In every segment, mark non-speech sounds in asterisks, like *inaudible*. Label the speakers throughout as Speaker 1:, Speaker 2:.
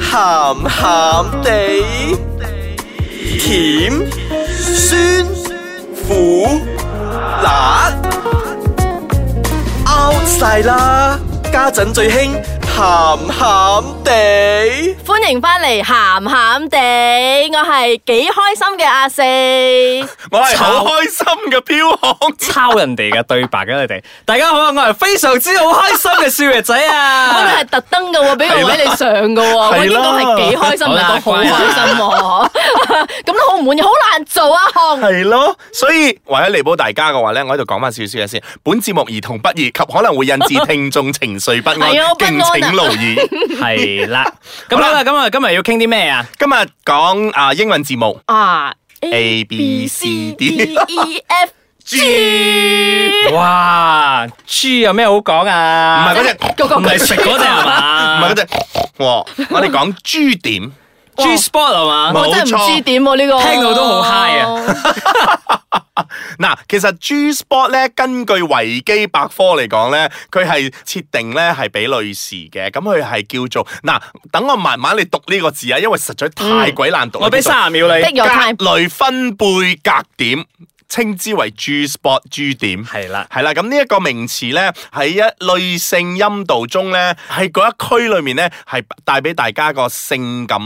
Speaker 1: 鹹鹹地，甜酸苦辣 out 晒啦！家陣最興鹹鹹地。
Speaker 2: 歡迎翻嚟，咸咸地，我係幾開心嘅阿四，
Speaker 3: 我係好開心嘅飄紅，
Speaker 4: 抄人哋嘅對白嘅你哋。大家好啊，我係非常之好開心嘅少爺仔
Speaker 2: 我哋
Speaker 4: 啊！
Speaker 2: 係特登嘅喎，俾個位你上嘅喎，我已經講係幾開心
Speaker 4: 好
Speaker 2: 啦，
Speaker 4: 啦
Speaker 2: 講好開心喎，咁都好唔滿意，好難做啊，紅。
Speaker 3: 係咯，所以為咗彌補大家嘅話咧，我喺度講翻少少嘢先。本節目兒童不宜及可能會引致聽眾情緒不安
Speaker 2: 係啊我，不安啊
Speaker 3: 敬請留
Speaker 4: *laughs*
Speaker 3: 意。
Speaker 4: 係啦，咁 *laughs* 好啦，咁啊，今日要傾啲咩啊？
Speaker 3: 今日講啊英文字母
Speaker 2: 啊
Speaker 3: A B C D
Speaker 2: E F G，
Speaker 4: 哇，G 有咩好講
Speaker 3: 唔
Speaker 4: 啊？
Speaker 3: 係嗰隻，
Speaker 2: 嗰個
Speaker 4: 唔係食嗰隻係
Speaker 3: 唔
Speaker 4: 嘛？
Speaker 3: 係嗰隻，哇我哋講 G 點。
Speaker 4: G spot 係嘛？
Speaker 2: 我真係唔知點喎呢個，
Speaker 4: 聽到都好 high
Speaker 2: 啊！
Speaker 3: 嗱，其實 G spot 咧，根據維基百科嚟講咧，佢係設定咧係俾女士嘅，咁佢係叫做嗱，等我慢慢你讀呢個字啊，因為實在太鬼難讀啦。
Speaker 4: 嗯我俾
Speaker 3: 叫做
Speaker 4: 三十秒你。
Speaker 2: Take your time
Speaker 3: 格雷分貝格點。稱之為 G spot G 點，
Speaker 4: 係啦
Speaker 3: 係啦。咁呢一個名詞咧，喺一女性陰道中咧，喺嗰一區裏面咧，係帶俾大家個性感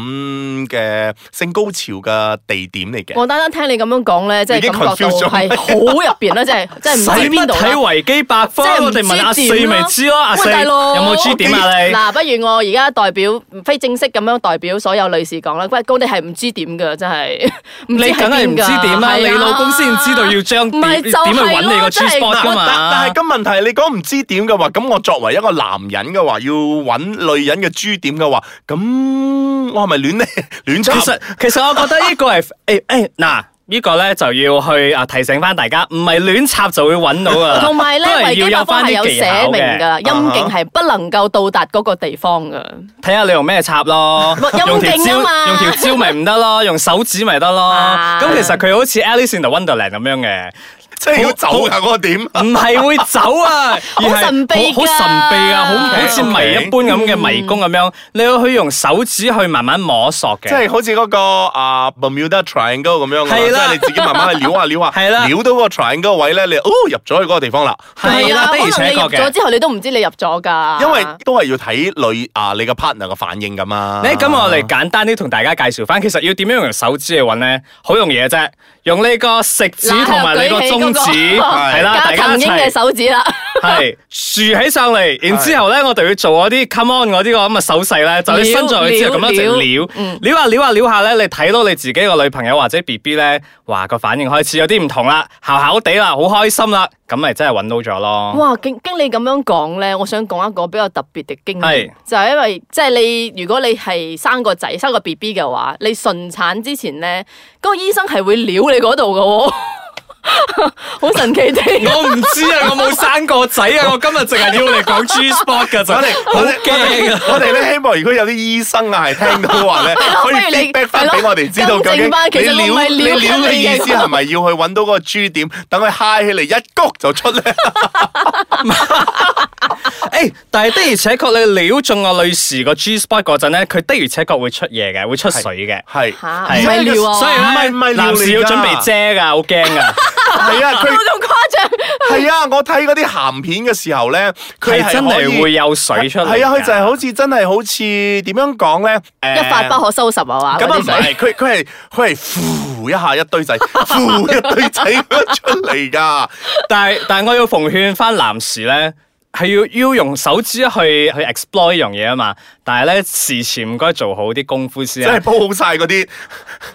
Speaker 3: 嘅性高潮嘅地點嚟嘅。
Speaker 2: 我單單聽你咁樣講咧，真
Speaker 3: 已經
Speaker 2: 係感覺到
Speaker 3: confuse 咗
Speaker 2: 係好入邊啦，真係真係唔
Speaker 4: 使
Speaker 2: 知邊
Speaker 4: 乜
Speaker 2: 度
Speaker 4: 睇
Speaker 2: 啦。
Speaker 4: 維基百科？
Speaker 2: 即係唔
Speaker 4: 我哋問阿四
Speaker 2: 知點咯
Speaker 4: 咪知咯。阿四
Speaker 2: 喂大
Speaker 4: 有
Speaker 2: 佬
Speaker 4: 冇 G 點啊？你
Speaker 2: 嗱，不如我而家代表非正式咁樣代表所有女士講啦。喂，高地係唔知點㗎，真係 *laughs* 唔知
Speaker 4: 你梗係唔知點
Speaker 2: 係
Speaker 4: 啦，
Speaker 2: 啊
Speaker 4: 你老公先知道要將
Speaker 2: 唔
Speaker 4: 點
Speaker 2: 係
Speaker 4: 點
Speaker 2: 就
Speaker 4: 去
Speaker 2: 係咯
Speaker 4: 揾你個 G
Speaker 2: 真係
Speaker 4: spot 噶
Speaker 3: 但但
Speaker 4: 嘛
Speaker 3: 係？咁問題，你講唔知點嘅話，咁我作為一個男人嘅話，要揾女人嘅 G 點嘅話，咁我係咪亂呢？ *laughs* 亂
Speaker 4: 其
Speaker 3: 插？
Speaker 4: 實其實我覺得呢個
Speaker 2: *laughs*
Speaker 4: 係誒誒嗱。呢個咧就要去啊提醒翻大家，唔係亂插就會揾到噶，
Speaker 2: *laughs* 同埋咧，
Speaker 4: *laughs* 都係
Speaker 2: 維基
Speaker 4: 要
Speaker 2: 百
Speaker 4: 有
Speaker 2: 科
Speaker 4: 翻
Speaker 2: 係
Speaker 4: 啲
Speaker 2: 有
Speaker 4: 技
Speaker 2: 寫
Speaker 4: 巧
Speaker 2: 明
Speaker 4: 嘅。Uh-huh。
Speaker 2: 㗎，陰莖係不能夠到達嗰個地方㗎。
Speaker 4: 睇下你用咩插咯，
Speaker 2: 陰
Speaker 4: 用條
Speaker 2: 莖
Speaker 4: 蕉
Speaker 2: 啊嘛
Speaker 4: 用條蕉咪唔得
Speaker 2: *laughs*
Speaker 4: 咯，用手指咪得咯。
Speaker 2: 啊
Speaker 4: 咁其實佢好似 Alice in the Wonderland 咁樣嘅，
Speaker 3: 即係要走㗎嗰個點。
Speaker 4: 唔係會走啊，而係
Speaker 2: *laughs* 好神秘㗎嗯
Speaker 4: 好好神秘啊，好好似迷
Speaker 3: Okay，okay
Speaker 4: 一般咁嘅迷宮咁樣，你要去用手指去慢慢摸索嘅。
Speaker 3: 即係好似嗰個啊 Bermuda Triangle 咁樣㗎嘛，
Speaker 4: 係啦
Speaker 3: 即係你自己慢慢去撩下撩下，
Speaker 4: 係啦
Speaker 3: 撩到個 Triangle 位咧，你哦入咗去嗰個地方啦。
Speaker 4: 係啦，的而
Speaker 2: 可能
Speaker 4: 且
Speaker 2: 你入
Speaker 4: 確
Speaker 2: 咗
Speaker 4: 嘅。
Speaker 2: 之後，你都唔知你入咗㗎。
Speaker 3: 因為都係要睇女啊你嘅 partner 嘅反應㗎嘛。
Speaker 4: 咧咁我嚟簡單啲同大家介紹翻，其實要點樣用手指去揾咧？好容易嘅啫，用你個食指同埋你個中指，
Speaker 2: 嗱 *laughs*
Speaker 4: 係啦，大
Speaker 2: 加
Speaker 4: 家
Speaker 2: 藤
Speaker 4: 一
Speaker 2: 英嘅
Speaker 4: 齊
Speaker 2: 手指啦，
Speaker 4: 係豎起上嚟，然之後咧我哋要做嗰啲 come on 嗰啲個咁嘅手勢咧，就你伸咗去之後
Speaker 2: 撩
Speaker 4: 咁樣就
Speaker 2: 撩嗯
Speaker 4: 撩撩下撩下撩下咧，你睇到你自己個女朋友或者 B B 咧，哇個反應開始有啲唔同啦，姣姣地啦，好開心啦，咁咪真係揾到咗
Speaker 3: 哦
Speaker 4: 咯。
Speaker 2: 哇！經經你咁樣講咧，我想講一個比較特別嘅經驗
Speaker 4: 係，
Speaker 2: 就係因為即係你如果你係生個仔生個 B B 嘅話，你順產之前咧，嗰、個醫生係會撩你嗰度嘅喎， *laughs* 好神奇
Speaker 3: *laughs*
Speaker 2: 地。
Speaker 4: 我唔知啊，我冇生過仔啊，我今日淨係要嚟講 G spot 㗎
Speaker 3: 我
Speaker 4: 咋
Speaker 3: 哋我哋
Speaker 4: 驚啊！
Speaker 3: *laughs* 我哋咧希望如果有啲醫生啊係聽到嘅話咧，可以
Speaker 2: 不如你
Speaker 3: feedback 翻俾我哋知道
Speaker 2: 係咯
Speaker 3: 究
Speaker 2: 更
Speaker 3: 竟
Speaker 2: 正翻其實
Speaker 3: 你
Speaker 2: 我唔
Speaker 3: 撩
Speaker 2: 係
Speaker 3: 你
Speaker 2: 撩
Speaker 3: 撩
Speaker 2: 緊
Speaker 3: 嘅
Speaker 2: 你嘅
Speaker 3: 意思係咪要去揾到嗰個 G 點，等佢嗨起嚟一谷就出咧？
Speaker 4: 誒，哎但係的而且確，你撩中個女士個 G spot 嗰陣咧，佢的而且確會出嘢嘅，會出水嘅。
Speaker 3: 係
Speaker 2: 嚇
Speaker 4: 係
Speaker 2: 唔係撩啊！
Speaker 4: 所以
Speaker 3: 唔係
Speaker 4: 咧，
Speaker 3: 唔係撩
Speaker 4: 男士
Speaker 3: 嚟
Speaker 4: 要
Speaker 3: 㗎
Speaker 4: 準備遮㗎，好驚 *laughs* 㗎。
Speaker 3: 係啊，
Speaker 2: 有冇
Speaker 3: 佢
Speaker 2: 咁誇張？
Speaker 3: 係啊，我睇嗰啲鹹片嘅時候咧，佢
Speaker 4: 係真係會有水出嚟㗎。
Speaker 3: 係啊，佢就係好似真係好似點樣講咧？誒
Speaker 2: 一發不可收拾啊嘛！
Speaker 3: 咁
Speaker 2: 嗰啲
Speaker 3: 啊唔
Speaker 2: 水
Speaker 3: 係，佢佢係佢係呼一下一
Speaker 2: *laughs*
Speaker 3: 堆仔，呼一堆仔咁樣出嚟
Speaker 4: 啊
Speaker 3: 㗎。
Speaker 4: 但係但係我要奉勸翻男士咧，係要要用手指去去 explore 呢樣嘢啊嘛。但係咧，事前唔該做好啲功夫先
Speaker 3: 真係
Speaker 4: 啊。
Speaker 3: 煲好晒嗰啲，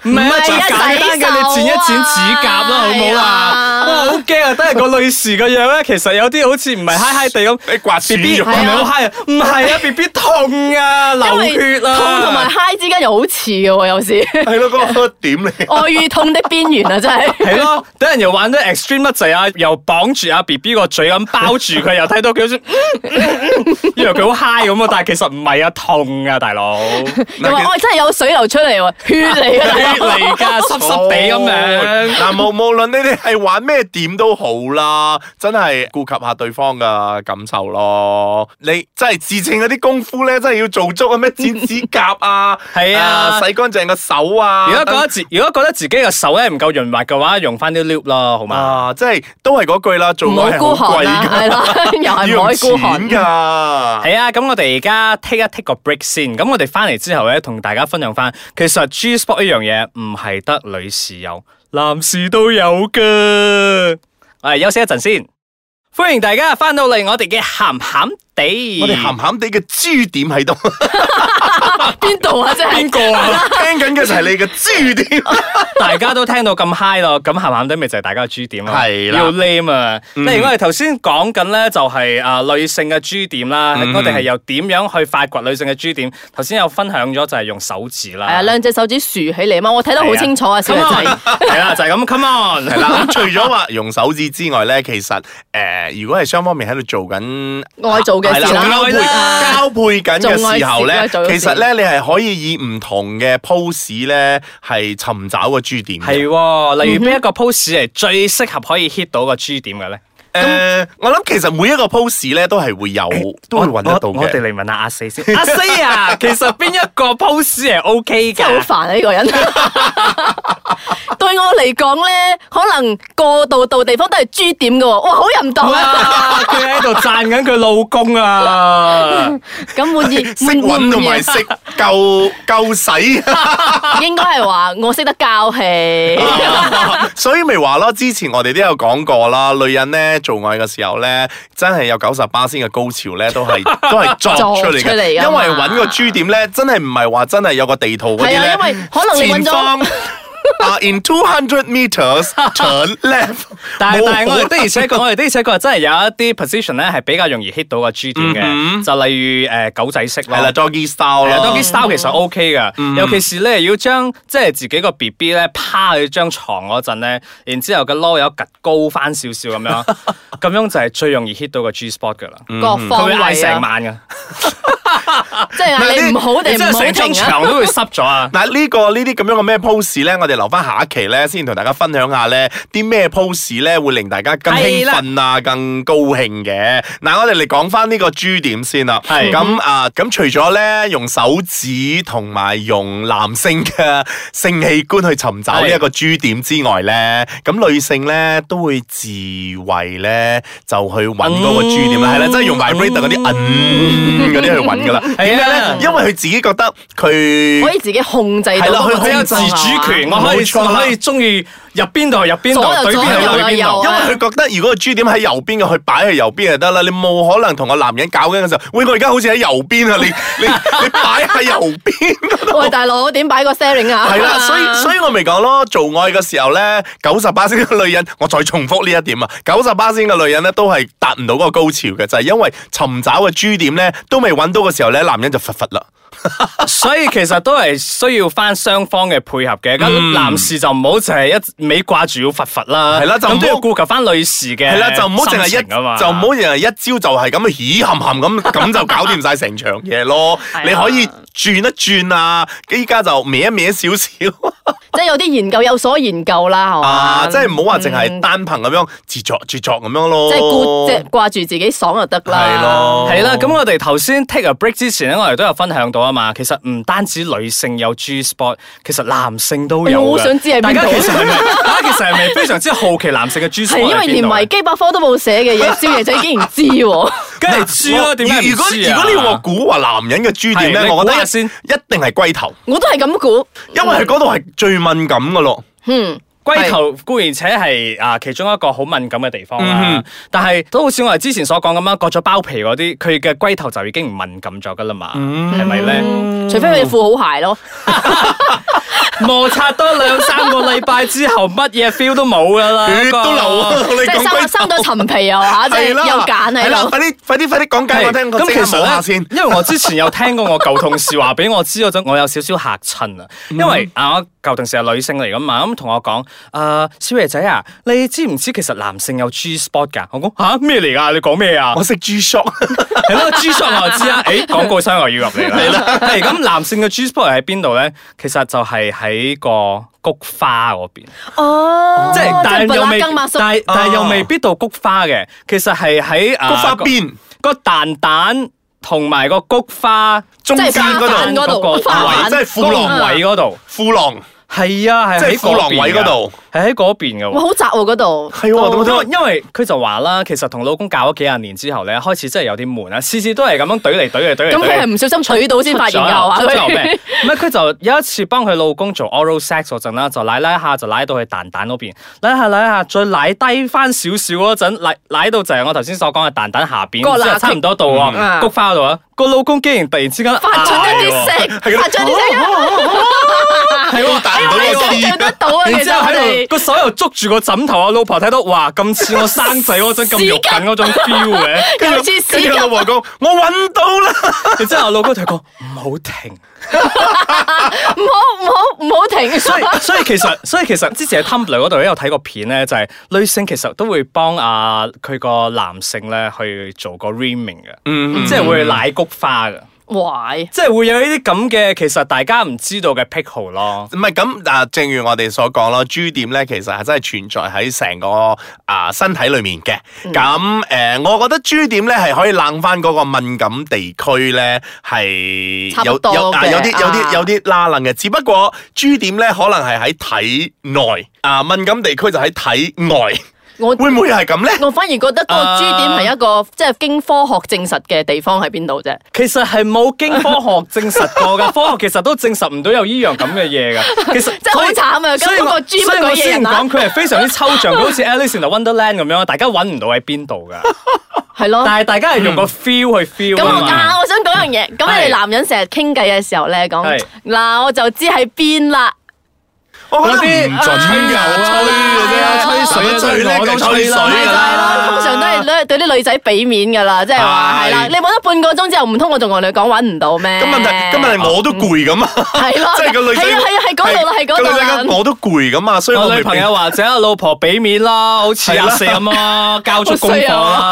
Speaker 4: 唔係啊，
Speaker 2: 唔係
Speaker 4: 最
Speaker 2: 啊
Speaker 4: 簡單嘅，你剪一剪指甲啦，好唔好啊？
Speaker 2: 係啊
Speaker 4: 哇，好驚啊！都係個女士個樣咧，其實有啲好似唔係嗨嗨地咁。
Speaker 3: 你刮損
Speaker 4: B B
Speaker 3: 咗
Speaker 4: 係咪好嗨啊？唔係啊，B B 痛啊，流
Speaker 2: 因為
Speaker 4: 血啊，
Speaker 2: 痛同埋嗨之間又好似嘅喎，有
Speaker 3: *laughs*
Speaker 2: 時
Speaker 3: 係咯，嗰個點
Speaker 2: *laughs*
Speaker 3: 嚟？
Speaker 2: 愛與痛的邊緣啊，真
Speaker 3: *laughs*
Speaker 2: 係。
Speaker 4: 係咯，等人又玩得 extreme 乜滯啊，又綁住阿 B B 個嘴咁包住佢，又睇到佢先，嗯嗯嗯以為佢好 high 咁啊，但係其實唔係啊，痛啊，大佬，
Speaker 2: 又話我啊哦真係有水流出嚟喎，血嚟啊㗎大佬。
Speaker 4: *laughs* 嚟㗎，濕濕地咁樣。
Speaker 3: 哦嗱，無無論你哋係玩咩點都好啦，真係顧及下對方嘅感受咯。你真係自稱嗰啲功夫咧，真係要做足啊，咩剪指甲啊，
Speaker 4: 係啊
Speaker 3: 洗乾淨個手啊。
Speaker 4: 如果覺
Speaker 3: 等
Speaker 4: 得自如果覺得自己個手咧唔夠潤滑嘅話，用翻啲 lube 咯，好嘛？
Speaker 3: 啊，即係 *laughs* 都係嗰句啦，做
Speaker 2: 唔
Speaker 3: 愛
Speaker 2: 好孤
Speaker 3: 係好
Speaker 2: 寒
Speaker 3: 貴
Speaker 2: 啦，
Speaker 3: 㗎，
Speaker 2: 係啦， *laughs* 又
Speaker 3: 要
Speaker 2: 係唔
Speaker 3: 用
Speaker 2: 可以孤
Speaker 3: 錢
Speaker 2: 寒。
Speaker 3: 㗎。
Speaker 4: 係啊，咁我哋而家 take 一 take 個 break 先，咁我哋翻嚟之後咧，同大家分享翻，其實 G spot 呢樣嘢唔係得女士有，男士都有噶。我哋休息一陣先，歡迎大家翻到嚟我哋嘅鹹鹹地，
Speaker 3: 我哋鹹鹹地嘅豬點
Speaker 4: *laughs*
Speaker 3: 喺度，
Speaker 2: 邊度啊？真係
Speaker 4: 邊個啊？
Speaker 3: 聽緊嘅就係你嘅豬點。
Speaker 4: 大家都聽到咁 high 咯，咁鹹鹹地咪就係大家嘅 G 點咯，
Speaker 3: 係啦嗯
Speaker 4: 要 name 啊！例如我哋頭先講緊咧，就係啊女性嘅 G 點啦，
Speaker 3: 嗯
Speaker 4: 我哋係由點樣去發掘女性嘅 G 點？頭先有分享咗就係用手指啦，
Speaker 2: 係啊，兩隻手指豎起嚟嘛，我睇得好清楚啊，小
Speaker 4: Come
Speaker 2: 女
Speaker 4: on，
Speaker 2: 仔。
Speaker 4: 係啦，就係咁，come on，係
Speaker 3: 係啦，咁除咗話用手指之外咧，其實誒、呃如果係雙方面喺度做緊
Speaker 2: 愛做嘅事啦
Speaker 3: 係
Speaker 4: 做愛啦
Speaker 3: 交配緊嘅時候咧，
Speaker 2: 做愛事啦做愛
Speaker 3: 其
Speaker 2: 事
Speaker 3: 實咧你係可以以唔同嘅 pose 咧係尋找個 G 點嘅。嗯
Speaker 4: 係喎，例如邊一個 pose 係最適合可以 hit 到個 G 點嘅咧？
Speaker 3: 誒、我諗其實每一個 pose 咧都係會有，都會揾得到
Speaker 4: 我我我哋
Speaker 3: 嘅。
Speaker 4: 嚟問下阿四先，阿
Speaker 3: *laughs*
Speaker 4: 四啊，其實邊一個 pose 係 OK
Speaker 2: 真係
Speaker 4: 㗎？
Speaker 2: 好煩啊！呢個人 *laughs* 對我嚟講咧，可能過度到地方都係 G 點嘅喎，哇，好淫蕩啊！
Speaker 4: 哇！佢喺度讚緊佢老
Speaker 2: *laughs*
Speaker 4: 公啊！
Speaker 2: 咁滿意
Speaker 3: 識
Speaker 2: 滿
Speaker 3: 揾同埋
Speaker 2: 意
Speaker 3: 識夠夠使，
Speaker 2: 應該係話我識得交氣，
Speaker 3: 嗯 *laughs* 所以咪話咯。之前我哋都有講過啦，女人咧做愛嘅時候咧，真係有九十八先嘅高潮咧，都
Speaker 2: *laughs*
Speaker 3: 係都係作出嚟
Speaker 2: 作出
Speaker 3: 嘅。
Speaker 2: 嚟啊
Speaker 3: 因
Speaker 2: 㗎嘛
Speaker 3: 為揾個 G 點咧，真係唔係話真係有個地圖嗰啲
Speaker 2: 係啊，
Speaker 3: 咧
Speaker 2: 因。為可能你揾
Speaker 3: 前
Speaker 2: 咗
Speaker 3: 方啊，in two hundred meters turn left
Speaker 4: 但係
Speaker 3: 冇
Speaker 4: 但係我
Speaker 3: 可
Speaker 4: 哋的而且確，我哋的而且確真係有一啲 position 咧係比較容易 hit 到個 G 點嘅，就例如誒狗仔式
Speaker 3: *laughs*
Speaker 4: 咯。
Speaker 3: 嗯係啦，doggy style
Speaker 4: 係啦
Speaker 3: 咯
Speaker 4: ，doggy。style 其實 OK 噶，尤其是咧要將即係自己個 B B 咧趴喺張床嗰陣咧，然之後個籮柚趌高翻少少咁 *laughs* 樣，咁樣就係最容易 hit 到個 G spot 噶啦。
Speaker 2: 各
Speaker 4: 佢
Speaker 2: 方
Speaker 4: 會嗌
Speaker 2: 位
Speaker 4: 成
Speaker 2: 啊，
Speaker 4: 晚噶，
Speaker 2: 即係嗌你唔
Speaker 4: *laughs*
Speaker 2: 好
Speaker 4: 你
Speaker 2: 定
Speaker 4: 真
Speaker 2: 唔
Speaker 4: 係
Speaker 2: 好
Speaker 4: 成張
Speaker 2: 停啊！
Speaker 4: 床都會濕咗 *laughs* 啊！
Speaker 3: 嗱呢個呢啲咁樣嘅咩 pose 咧，我哋留翻下一期咧先同大家分享下咧啲咩 pose 咧會令大家更興
Speaker 4: 係啦
Speaker 3: 奮啊，更高興嘅。嗱，我哋嚟講翻呢個 G 點先啦。
Speaker 4: 係
Speaker 3: 咁啊，咁除咗咧用手指同埋用男性嘅 *laughs* 性器官去尋找呢一個 G 點之外咧，咁女性咧都會自慰咧就去揾嗰個 G 點啦，係啦，即係用 vibrator 嗰啲嗯嗰啲去揾噶啦。點解咧
Speaker 4: 嗯係啊？
Speaker 3: 因為佢自己覺得佢
Speaker 2: 可以自己控制到
Speaker 3: 係啦
Speaker 2: 嗰個
Speaker 3: 佢可以
Speaker 4: 有
Speaker 2: 情
Speaker 4: 自
Speaker 2: 況啊
Speaker 4: 主權，我
Speaker 3: 冇
Speaker 4: 可以
Speaker 3: 錯
Speaker 4: 我
Speaker 3: 啦
Speaker 4: 可以中意入邊度入邊度，
Speaker 2: 左右
Speaker 4: 對邊
Speaker 2: 左
Speaker 4: 度
Speaker 2: 右
Speaker 4: 對邊
Speaker 2: 右
Speaker 4: 度
Speaker 2: 右。
Speaker 3: 因為佢覺得如果個 G 點喺右邊嘅，佢擺去右邊就得啦。你冇可能同個男人搞緊嘅時候，喂，我而家好似喺右邊啊！你 *laughs* 你你擺喺右邊嗰度。
Speaker 2: 喂，大佬點擺個 setting 啊？
Speaker 3: 係啦，所以所以我咪講咯，做愛嘅時候咧，九十八先嘅女人，我再重複呢一點啊，九十八先嘅女人咧都係達唔到嗰個高潮嘅，就係、因為尋找嘅 G 點咧都未揾到嘅時候咧，男人就佛佛啦。
Speaker 4: 所以其實都係需要翻雙方嘅配合嘅。咁男士就唔好淨係一味掛住要佛佛啦，
Speaker 3: 嗯係啦就唔好
Speaker 4: 咁都要顧及翻女士嘅。
Speaker 3: 係啦，就唔好淨係一
Speaker 4: 啊嘛，
Speaker 3: 就唔好淨係一招就係咁起含含咁，咁就搞掂晒成場嘢咯
Speaker 2: 係。啊
Speaker 3: 你可以轉一轉啊，依家就歪一
Speaker 2: *laughs*
Speaker 3: 歪少少
Speaker 2: *laughs* 即係有啲研究有所研究啦，係
Speaker 3: 啊，
Speaker 2: 嘛？
Speaker 3: 即係唔好話淨係單憑咁樣自作自作咁樣咯。
Speaker 2: 即係顧即係掛住自己爽就得啦。
Speaker 3: 係咯，
Speaker 4: 係啦，咁我哋頭先 take a break 之前咧，我哋都有分享到啊嘛。其實唔單止女性有 G spot，其實男性都有㗎。
Speaker 2: 我好想知係邊度
Speaker 4: 大家其實係咪？ *laughs* 大家其實係咪非常之好奇男性嘅 G
Speaker 2: 係
Speaker 4: spot
Speaker 2: 因為連
Speaker 4: 埋
Speaker 2: 維基百科都冇寫嘅嘢，少爺仔竟然知喎。
Speaker 4: 梗係知
Speaker 3: 我
Speaker 4: 啦，點解
Speaker 3: 如
Speaker 4: 唔
Speaker 3: 果
Speaker 4: 知
Speaker 3: 如
Speaker 4: 啊
Speaker 3: 果你要我估話男人嘅 G 點
Speaker 4: 係
Speaker 3: 咧，
Speaker 4: 你
Speaker 3: 我覺
Speaker 4: 估
Speaker 3: 得
Speaker 4: 下
Speaker 3: 一
Speaker 4: 先
Speaker 3: 一定係龜頭，
Speaker 2: 我都係咁估，
Speaker 3: 因為佢嗰度係最敏感噶咯。
Speaker 2: 嗯，
Speaker 4: 龜頭固然且係啊其中一個好敏感嘅地方啦，
Speaker 3: 嗯
Speaker 4: 但係都好似我哋之前所講咁樣，割咗包皮嗰啲，佢嘅龜頭就已經唔敏感咗噶啦嘛，
Speaker 3: 嗯
Speaker 4: 係咪咧？
Speaker 2: 除非佢哋褲好鞋咯。
Speaker 4: 摩擦多兩三個禮拜之後，乜嘢 feel 都冇噶啦，
Speaker 3: 血都流啊！
Speaker 4: 個
Speaker 3: 我哋
Speaker 2: 即係
Speaker 3: 講
Speaker 2: 生
Speaker 3: 龜
Speaker 2: 生
Speaker 3: 頭
Speaker 2: 咗層皮又嚇，即係
Speaker 3: 係啦，
Speaker 2: 有揀啊
Speaker 3: 係啦
Speaker 2: 喺度。
Speaker 3: 快啲快啲快啲講解我聽，我
Speaker 4: 咁
Speaker 3: 即
Speaker 4: 其
Speaker 3: 刻摸下
Speaker 4: 實
Speaker 3: 先嗯
Speaker 4: 咧，。因為我之前有聽過我舊同事話俾我知嗰陣，我有少少嚇親啊，因為啊我舊定時係女性嚟噶嘛，咁同我講，啊、小爺仔啊，你知唔知其實男性有 G spot 㗎？我講吓咩嚟㗎？你講咩啊？
Speaker 3: 我食豬 shop，
Speaker 4: 係咯，G spot 我就知啦。誒，廣告商又要入嚟啦。係啦，係咁，男性嘅 G spot 係喺邊度咧？其實就係喺個菊花嗰邊。
Speaker 2: 哦，
Speaker 4: 即係但係又
Speaker 2: 更
Speaker 4: 未，但
Speaker 2: 抹叔，
Speaker 4: 係但係又
Speaker 3: 啊
Speaker 4: 未必到菊花嘅，其實係喺
Speaker 3: 菊花
Speaker 4: 邊
Speaker 3: 邊
Speaker 4: 個蛋蛋同埋個菊花
Speaker 3: 中間
Speaker 2: 花瓣
Speaker 3: 嗰
Speaker 2: 嗰
Speaker 3: 度，
Speaker 2: 度
Speaker 4: 嗰個
Speaker 2: 花瓣
Speaker 3: 位即係褲
Speaker 4: 褲浪
Speaker 3: 浪
Speaker 4: 位
Speaker 3: 位，
Speaker 4: 嗰度，
Speaker 3: 褲浪
Speaker 4: 係啊，係
Speaker 3: 即係
Speaker 4: 喺嗰
Speaker 3: 褲浪位嗰度
Speaker 4: 邊㗎，係喺嗰邊
Speaker 2: 哇，
Speaker 4: 嘅。
Speaker 2: 好窄喎嗰度，
Speaker 3: 係喎，
Speaker 4: 因
Speaker 3: 咁
Speaker 4: 為因為佢就話啦，其實同老公搞咗幾廿年之後咧，開始真係有啲悶啦，次次都係咁樣懟嚟懟去懟嚟
Speaker 2: 咁
Speaker 4: 懟
Speaker 2: 佢
Speaker 4: 去
Speaker 2: 係唔小心取到先發現㗎係嘛
Speaker 4: 出咗
Speaker 2: 佢
Speaker 4: 病，唔係佢就有一次幫佢老公做 oral sex 嗰陣啦，就奶奶下就奶到去蛋蛋嗰邊，奶下奶下再奶低翻少少嗰陣，奶奶到就係我頭先所講嘅蛋蛋下邊，
Speaker 2: 個罅
Speaker 4: 即係差唔多到啊，
Speaker 2: 嗯
Speaker 4: 菊花度啊，個老公竟然突然之間哎
Speaker 2: 發出一啲
Speaker 4: 嗌喎
Speaker 2: 聲，發出一啲聲，
Speaker 3: 係喎，彈唔到
Speaker 2: 哎我
Speaker 3: 個
Speaker 2: 哋想象
Speaker 3: 絲，
Speaker 2: 得到啊，其
Speaker 4: 然之
Speaker 2: 實
Speaker 4: 後
Speaker 2: 我
Speaker 4: 喺度
Speaker 2: 哋。
Speaker 4: 個手又捉住個枕頭啊，老婆睇到哇咁似我生仔嗰陣咁肉緊嗰種 feel
Speaker 2: *laughs*
Speaker 4: 嘅，
Speaker 2: 又似屎
Speaker 3: 跟住
Speaker 2: 咁
Speaker 3: 老婆講：我揾到啦！
Speaker 4: 然之後我老公同佢講唔好停。
Speaker 2: 唔好唔好唔好停，
Speaker 4: 所以所以其實 *laughs* 所以其實之前喺 Tumblr 嗰度咧有睇過片咧，就係、女性其實都會幫啊佢個男性咧去做個 reaming 嘅，
Speaker 3: 嗯
Speaker 4: 即係會奶菊花嘅，
Speaker 2: 喂，
Speaker 4: 即係會有呢啲咁嘅其實大家唔知道嘅癖好咯。
Speaker 3: 唔係咁啊，正如我哋所講咯，G 點咧其實係真係存在喺成個啊身體裏面嘅。
Speaker 4: 嗯
Speaker 3: 咁誒、呃我覺得 G 點咧係可以冷翻嗰個敏感地區咧係
Speaker 2: 差
Speaker 3: 有
Speaker 2: 不多
Speaker 3: 有啊
Speaker 2: 嘅
Speaker 3: 有啲有
Speaker 2: 啊
Speaker 3: 啲有啲拉楞嘅，只不過 G 點咧可能係喺體內啊，敏感地區就喺體外，
Speaker 2: 我
Speaker 3: 會唔會係咁咧？
Speaker 2: 我反而覺得嗰個
Speaker 3: 啊
Speaker 2: G 點係一個即係經科學證實嘅地方喺邊度啫。
Speaker 4: 其實係冇經科學證實過
Speaker 2: *laughs*
Speaker 4: 㗎，科學其實都證實唔到有呢樣咁嘅嘢㗎。其實
Speaker 2: 真係好
Speaker 4: 所以
Speaker 2: 慘啊
Speaker 4: 所以
Speaker 2: 咁
Speaker 4: 我
Speaker 2: 嗰個豬
Speaker 4: 所以
Speaker 2: 乜
Speaker 4: 我
Speaker 2: 鬼嘢
Speaker 4: 先
Speaker 2: 人啊
Speaker 4: 講佢係非常之抽象，佢 *laughs* 好似 Alice in the Wonderland 咁樣，大家揾唔到喺邊度㗎。
Speaker 2: 係咯。
Speaker 4: 但係大家係用個 feel 去 feel
Speaker 2: 哦咁
Speaker 4: 啊
Speaker 2: 我
Speaker 4: 嘛。
Speaker 2: 啊，我想講樣嘢。咁你哋男人成日傾偈嘅時候咧，
Speaker 4: 係
Speaker 2: 講嗱，我就知喺邊啦。
Speaker 3: 我
Speaker 4: 嗰
Speaker 3: 覺
Speaker 4: 啲
Speaker 3: 得唔準
Speaker 4: 吹
Speaker 3: 㗎，
Speaker 4: 牛啊
Speaker 3: 吹嘅啫，
Speaker 4: 吹水啊
Speaker 3: 最叻
Speaker 4: 我都
Speaker 3: 就吹
Speaker 4: 吹
Speaker 3: 水
Speaker 4: 啦
Speaker 2: 咪就係
Speaker 3: 啦。
Speaker 2: 咯，通常都係咧對啲女仔俾面噶啦，即係話
Speaker 3: 係
Speaker 2: 係啦。你冇得半個鐘之後，唔通我仲同你講揾唔到咩？
Speaker 3: 咁問題，咁問題我都攰咁啊！
Speaker 2: 係咯，
Speaker 3: *laughs* 即係個女仔，
Speaker 2: 係啊係啊係嗰度啦，係嗰
Speaker 3: 個女
Speaker 2: 度
Speaker 3: 仔
Speaker 2: 啦。
Speaker 3: 講我都攰咁啊，所以我
Speaker 4: 我
Speaker 3: 咪
Speaker 4: 女朋友或者我老婆俾面啦，好似
Speaker 3: 係
Speaker 4: 阿
Speaker 3: 啦啊
Speaker 4: 四咁啦，交足功課啊
Speaker 2: 好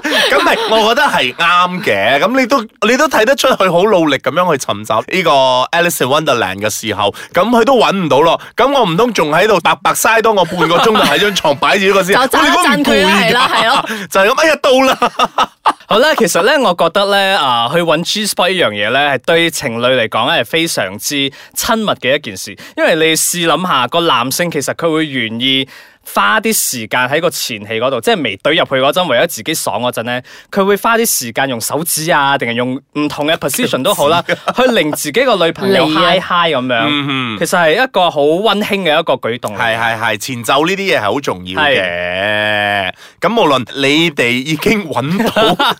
Speaker 3: *laughs* 咁咪，我覺得係啱嘅。咁你都你都睇得出佢好努力咁樣去尋找呢個 Alice in Wonderland 嘅時候，咁佢都揾唔到咯。咁我唔通仲喺度白白嘥多我半個鐘就喺張床擺住呢個先？
Speaker 2: 就讚一讚佢啦係
Speaker 3: *laughs*
Speaker 2: 啦係咯
Speaker 3: 咯，就係咁。哎呀，到
Speaker 2: *laughs*
Speaker 3: 啦！
Speaker 4: *laughs* 好啦，其實咧，我覺得咧，啊，去揾 G spot 呢樣嘢咧，係對情侶嚟講咧係非常之親密嘅一件事，因為你試諗下，個男性其實佢會願意。花啲時間喺個前戲嗰度，即係未懟入去嗰陣，為咗自己爽嗰陣咧，佢會花啲時間用手指啊，定係用唔同嘅 position 都好啦，去令自己個女朋友
Speaker 2: 嚟啊
Speaker 4: high high 咁樣。其實係一個好温馨嘅一個舉動嚟。
Speaker 3: 係係係，前奏呢啲嘢係好重要嘅。咁無論你哋已經揾
Speaker 4: *laughs*
Speaker 3: 到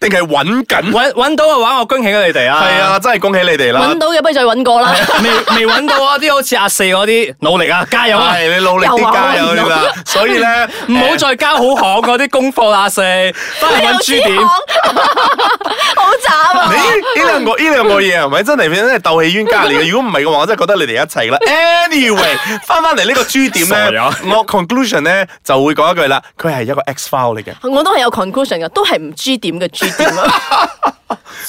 Speaker 3: 定係揾緊，
Speaker 4: 揾揾到嘅話，我恭喜你哋啊！
Speaker 3: 係啊，真係恭喜你哋啦
Speaker 2: 揾！到嘅不如再揾過啦。 *laughs*
Speaker 4: 未未揾到啊！啲好似阿四嗰啲，努力啊，加油啊！
Speaker 3: 係你努力
Speaker 2: 又話
Speaker 3: 啲加油
Speaker 2: 揾唔到
Speaker 3: 啦！所以咧，
Speaker 4: *laughs* 唔好
Speaker 3: 誒
Speaker 4: 再交好行嗰啲功課啦，阿四，翻
Speaker 2: *laughs*
Speaker 4: 嚟揾 G 點。
Speaker 2: 好慘啊！
Speaker 3: 你呢兩個呢兩個嘢係咪真係真係鬥氣冤家嚟嘅？如果唔係嘅話，我真係覺得你哋一
Speaker 4: *laughs*
Speaker 3: 齊啦。Anyway，翻翻嚟呢個 G 點
Speaker 4: 傻
Speaker 3: 咧
Speaker 4: 咗，
Speaker 3: 我 conclusion 咧就會講一句啦，佢係一個 X file 嚟嘅。
Speaker 2: 我都係有 conclusion 嘅，都係唔 G 點嘅 G 點啊！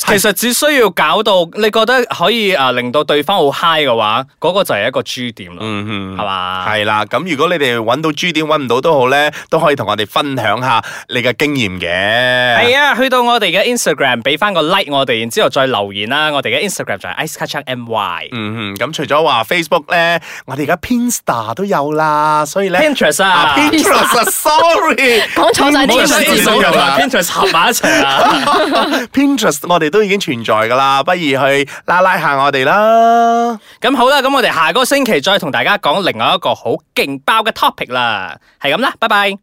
Speaker 4: 其實只需要搞到你覺得可以啊，令到對方好 high 嘅話，嗰個就係一個 G 點啦，
Speaker 3: 嗯
Speaker 4: 係嘛？
Speaker 3: 係啦，咁如果你哋揾到 G 點揾唔到都好咧，都可以同我哋分享下你嘅經驗嘅。係
Speaker 4: 係啊，去到我哋嘅 Instagram 俾翻個 like 我哋，然之後再留言啦。我哋嘅 Instagram 就係 Ice c a t c h n My。
Speaker 3: 嗯哼，咁除咗話 Facebook 咧，我哋而家 Pinstar 都有啦，所以咧
Speaker 4: Pinterest 啊
Speaker 3: 啊
Speaker 2: *laughs*
Speaker 3: Pinterest 啊，sorry，Pinterest
Speaker 2: 講錯晒
Speaker 4: 唔好
Speaker 2: 啲
Speaker 4: 將
Speaker 3: 你
Speaker 4: 字
Speaker 2: 字數
Speaker 4: 數
Speaker 3: 都。有
Speaker 4: 同
Speaker 3: 啦
Speaker 4: 埋 Pinterest 合埋一齊啊！
Speaker 2: *laughs*
Speaker 3: 我哋都已經存在噶啦，不如去拉拉下我哋啦。
Speaker 4: 咁好啦，咁我哋下個星期再同大家講另外一個好勁爆嘅 topic 啦，係咁啦，拜拜。